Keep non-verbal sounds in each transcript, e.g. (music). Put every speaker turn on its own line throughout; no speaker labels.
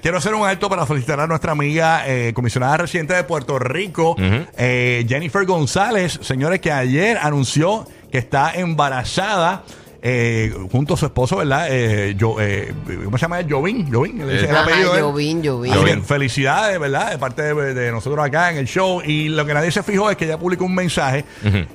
Quiero hacer un alto para felicitar a nuestra amiga eh, comisionada reciente de Puerto Rico, eh, Jennifer González, señores, que ayer anunció que está embarazada. eh, junto a su esposo, ¿verdad? Eh, yo, eh, ¿Cómo se llama? él? Jovín. Jovín. ¿le dice el
Ajá,
apellido de él?
Jovín, Jovín.
Así que
Jovín.
felicidades, ¿verdad? De parte de, de nosotros acá en el show. Y lo que nadie se fijó es que ella publicó un mensaje.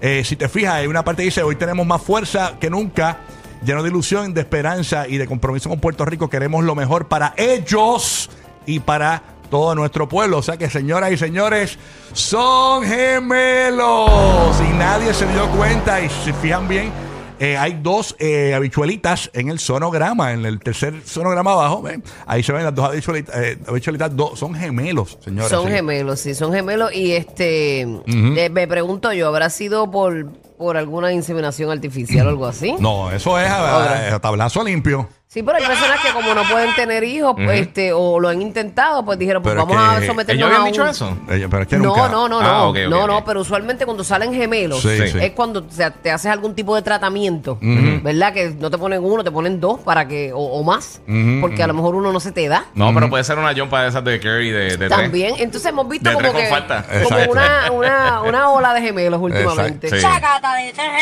Eh, si te fijas, hay una parte que dice, hoy tenemos más fuerza que nunca, lleno de ilusión, de esperanza y de compromiso con Puerto Rico. Queremos lo mejor para ellos y para todo nuestro pueblo. O sea que, señoras y señores, son gemelos. Y nadie se dio cuenta. Y si se fijan bien... Eh, hay dos eh, habichuelitas en el sonograma, en el tercer sonograma abajo. ¿ven? Ahí se ven las dos habichuelitas. eh, habichuelitas, dos, son gemelos, señores.
Son gemelos, sí, son gemelos. Y este, eh, me pregunto yo, ¿habrá sido por, por alguna inseminación artificial o algo así?
No, eso es a, a tablazo limpio.
Sí, pero hay personas que como no pueden tener hijos, pues, este, o lo han intentado, pues dijeron, pues
Pero es
vamos
que
a
Ellos
someternos
¿Ellos habían
a
dicho
un-
eso?
Eh, pero es que
No,
nunca-
no, no, no,
Ah, ok, ok,
no, no,
ok.
pero usualmente cuando salen gemelos
Sí, sí.
es cuando te, te haces algún tipo de tratamiento, ¿verdad? Que no te ponen uno, te ponen dos para que, o, o más, porque a lo mejor uno no se te da.
No, pero puede ser una jumpa de esas de Curry de, de tres.
También, entonces hemos visto
De
como
tres con
que
falta.
como
Exacto.
una, una, una ola de gemelos últimamente.
Sí.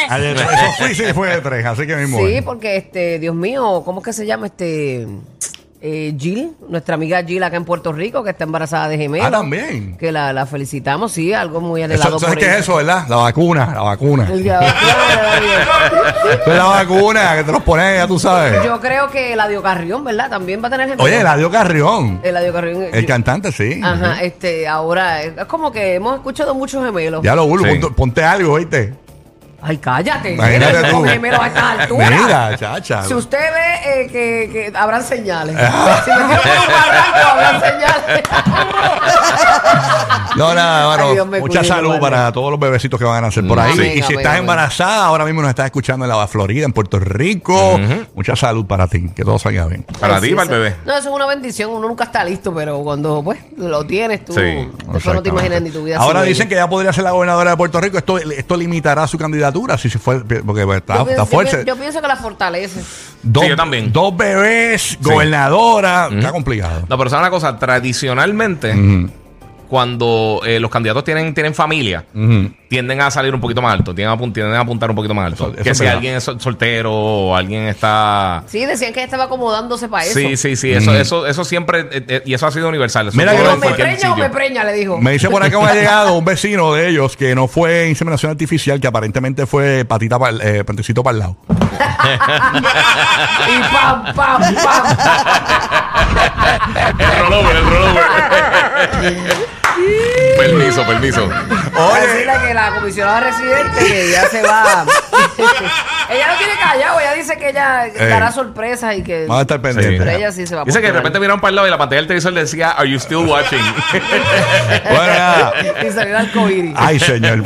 Ayer, Ah, eso fue, sí, fue de tres, así que mismo.
Sí,
es. Ah,
porque este, Dios mío, ¿cómo es que se llama este eh, Jill? Nuestra amiga Jill acá en Puerto Rico, que está embarazada de gemelos.
Ah, también.
Que la, la felicitamos, sí, algo muy anhelado
Eso, ¿Sabes
por
qué es
ella.
eso, verdad? La vacuna, la vacuna.
El día-
Eso es la vacuna que te los pones, ya tú sabes.
Yo creo que Eladio Carrión, ¿verdad? También va a tener gemelos.
Oye, Eladio Carrión,
Eladio Carrión. eh,
el cantante, sí.
Ajá, este, ahora, eh, es como que hemos escuchado muchos gemelos.
Ya lo burlo,
Sí.
ponte, ponte algo, ¿oíste?
Ay, cállate.
Imagínate
eres
tú.
un gemelo a estas alturas.
Mira, chacha.
Si usted ve eh, que, que
(laughs)
habrán señales. si me quedo por un barranco, habrán señales.
No, nada,
Ay, Dios me
bueno, mucha
cuide,
salud
Manuel.
para todos los bebecitos que van a nacer por ahí.
Amén,
y si
amén,
estás
amén.
embarazada, ahora mismo nos estás escuchando en la Florida, en Puerto Rico. Mucha salud para ti, que todo salga bien.
Para
Ay,
ti,
sí,
para el
eso-
bebé.
No, eso es una bendición. Uno nunca está listo, pero cuando pues lo tienes tú,
Sí,
después no te imaginas ni tu vida.
Ahora
sin
dicen que
ello.
ya podría ser la gobernadora de Puerto Rico. Esto, esto limitará su candidatura si se fue, porque pues, está,
Yo pienso-
está
yo
fuerte.
pienso- Yo, pienso que la fortalece.
dos,
Sí, yo también.
dos bebés, gobernadora, está complicado.
No, pero ¿sabes una cosa? Tradicionalmente, cuando eh, los candidatos tienen, tienen familia, tienden a salir un poquito más alto, tienden a, apun- tienden a apuntar un poquito más alto.
Eso- eso
que
es
si
verdad.
alguien es sol- soltero o alguien está...
Sí, decían que ella estaba acomodándose para eso.
Sí, sí, sí, eso, eso, eso siempre, eh, eh, y eso ha sido universal. Eso
Mira
todo
que
en
O
no-
me
cualquier
preña o
sitio.
me preña, le dijo.
Me dice por acá un llegado un vecino de ellos que no fue inseminación artificial, que aparentemente fue patita pa'l- eh, patecito para el lado.
Y pam, pam, pam.
El rollover, el rollover. permiso, permiso.
Oye. Decirle que la comisionada residente que ya se va. ella no tiene callado, ella dice que ella dará sorpresas y que.
Vamos a estar pendientes.
Pero ella sí se va a
Dice que de
postular.
repente miraron para el lado y la pantalla del televisor le decía, ¿Are you still watching?
(laughs)
Bueno, nada.
y salió al coiri.
Ay, señor.